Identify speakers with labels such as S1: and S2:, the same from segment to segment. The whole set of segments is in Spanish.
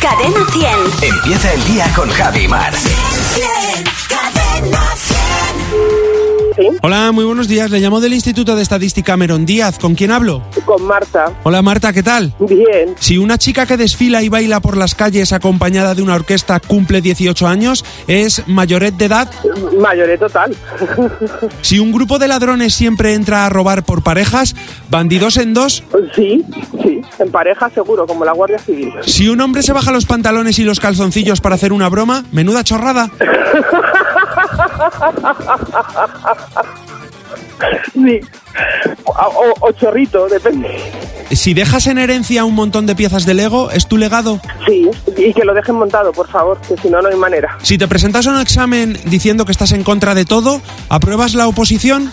S1: Cadena 100.
S2: Empieza el día con Javi Mar.
S1: Cadena 100.
S3: Hola, muy buenos días. Le llamo del Instituto de Estadística Merón Díaz. ¿Con quién hablo?
S4: Con Marta.
S3: Hola Marta, ¿qué tal?
S4: Bien.
S3: Si una chica que desfila y baila por las calles acompañada de una orquesta cumple 18 años, es mayoret de edad.
S4: Mayoré total.
S3: Si un grupo de ladrones siempre entra a robar por parejas, bandidos en dos.
S4: sí, sí. En pareja seguro, como la Guardia Civil.
S3: Si un hombre se baja los pantalones y los calzoncillos para hacer una broma, menuda chorrada.
S4: Sí. O, o- o chorrito, depende.
S3: Si dejas en herencia un montón de piezas de Lego, es tu legado.
S4: Sí. Y que lo dejen montado, por favor, que si no, no hay manera.
S3: Si te presentas a un examen diciendo que estás en contra de todo, ¿apruebas la oposición?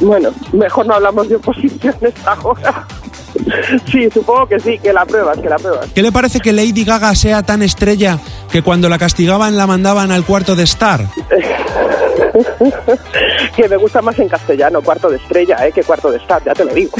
S4: Bueno, mejor no hablamos de oposiciones ahora. Sí, supongo que sí, que la pruebas, que la pruebas.
S3: ¿Qué le parece que Lady Gaga sea tan estrella que cuando la castigaban la mandaban al cuarto de estar?
S4: Que me gusta más en castellano, cuarto de estrella, ¿eh? Que cuarto de estar, ya te lo digo.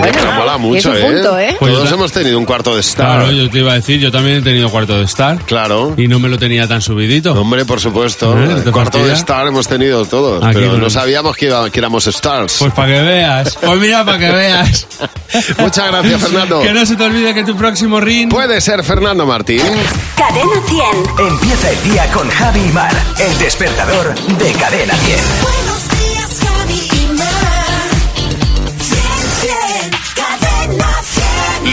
S5: Pero mola mucho,
S6: es un punto, ¿eh?
S5: Todos
S7: Pues la-
S5: hemos tenido un cuarto de star.
S7: Claro, yo te iba a decir, yo también he tenido cuarto de estar.
S5: Claro.
S7: Y no me lo tenía tan subidito.
S5: Hombre, por supuesto.
S7: ¿Eh? ¿Te
S5: cuarto
S7: fastidia?
S5: de star hemos tenido todos,
S7: Aquí
S5: pero
S7: no.
S5: no sabíamos que, iba- que éramos stars.
S7: Pues para que veas. Pues mira, para que veas.
S5: Muchas gracias, Fernando.
S7: Que no se te olvide que tu próximo ring...
S5: Puede ser Fernando Martín.
S1: Cadena 100.
S2: Empieza el día con Javi Mar. El despertador de Cadena 10.
S1: Buenos días, Javi y Mar. Cadena 100.